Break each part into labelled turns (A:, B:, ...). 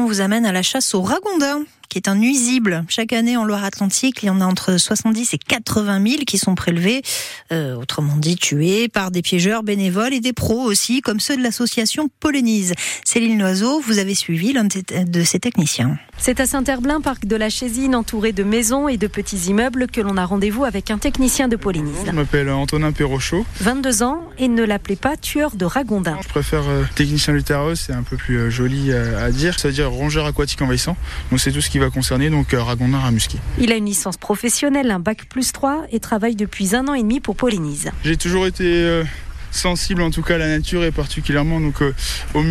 A: vous amène à la chasse au ragondin qui est un nuisible. Chaque année en Loire-Atlantique, il y en a entre 70 et 80 000 qui sont prélevés, euh, autrement dit tués par des piégeurs bénévoles et des pros aussi, comme ceux de l'association Polonise. Céline Noiseau, vous avez suivi l'un de ces techniciens.
B: C'est à Saint-Herblain, parc de la Chésine, entouré de maisons et de petits immeubles, que l'on a rendez-vous avec un technicien de Polonise.
C: Je m'appelle Antonin Perrochot.
B: 22 ans et ne l'appelez pas tueur de ragondins.
C: Je préfère euh, technicien luthéreux, c'est un peu plus euh, joli à dire, c'est-à-dire rongeur aquatique envahissant. Donc c'est tout ce qui va concerner donc euh, Ragondin Ramuski.
B: Il a une licence professionnelle, un bac plus 3 et travaille depuis un an et demi pour Polynise.
C: J'ai toujours été euh, sensible en tout cas à la nature et particulièrement donc euh, aux,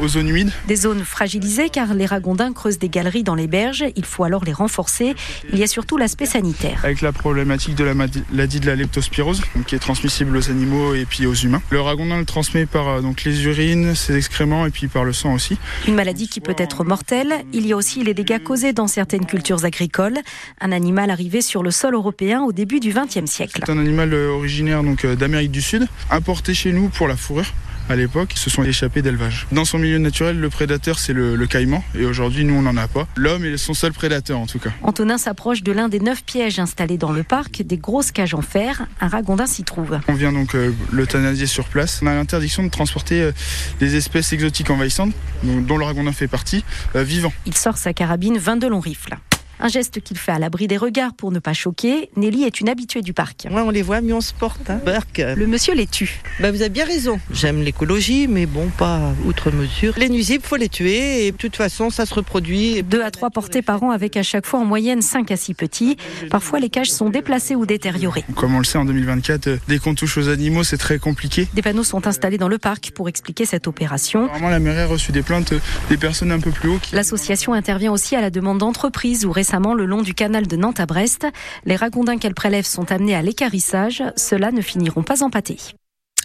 C: aux, zones humides.
B: Des zones fragilisées car les ragondins creusent des galeries dans les berges, il faut alors les renforcer. Il y a surtout l'aspect sanitaire.
C: Avec la problématique de la maladie de la leptospirose donc, qui est transmissible aux animaux et puis aux humains. Le ragondin le transmet par euh, donc les urines, ses excréments et puis par le sang aussi.
B: Une maladie qui peut être mortelle, il y a aussi les dégâts causés dans certaines cultures agricoles, un animal arrivé sur le sol européen au début du XXe siècle.
C: C'est un animal euh, originaire donc d'Amérique du Sud, importé chez nous pour la fourrure à l'époque, se sont échappés d'élevage. Dans son milieu naturel, le prédateur, c'est le, le, caïman, et aujourd'hui, nous, on n'en a pas. L'homme est son seul prédateur, en tout cas.
B: Antonin s'approche de l'un des neuf pièges installés dans le parc, des grosses cages en fer. Un ragondin s'y trouve.
C: On vient donc euh, l'euthanasier sur place. On a l'interdiction de transporter euh, des espèces exotiques envahissantes, donc, dont le ragondin fait partie, euh, vivant.
B: Il sort sa carabine, 22 longs rifles. Un geste qu'il fait à l'abri des regards pour ne pas choquer. Nelly est une habituée du parc.
D: Moi, ouais, on les voit, mais on se porte. Hein.
B: Le monsieur les tue.
D: Bah, vous avez bien raison. J'aime l'écologie, mais bon, pas outre mesure. Les nuisibles, faut les tuer. Et de toute façon, ça se reproduit.
B: Deux à trois portées par an, avec à chaque fois en moyenne 5 à 6 petits. Parfois, les cages sont déplacées ou détériorées.
C: Comme on le sait, en 2024, euh, dès qu'on touche aux animaux, c'est très compliqué.
B: Des panneaux sont installés dans le parc pour expliquer cette opération.
C: Vraiment, la mairie a reçu des plaintes euh, des personnes un peu plus haut. Qui...
B: L'association intervient aussi à la demande d'entreprises ou récemment le long du canal de Nantes à Brest. Les ragondins qu'elle prélève sont amenés à l'écarissage. Ceux-là ne finiront pas empâtés.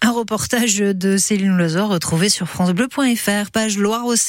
A: Un reportage de Céline Lozor retrouvé sur FranceBleu.fr, page Loire aussi.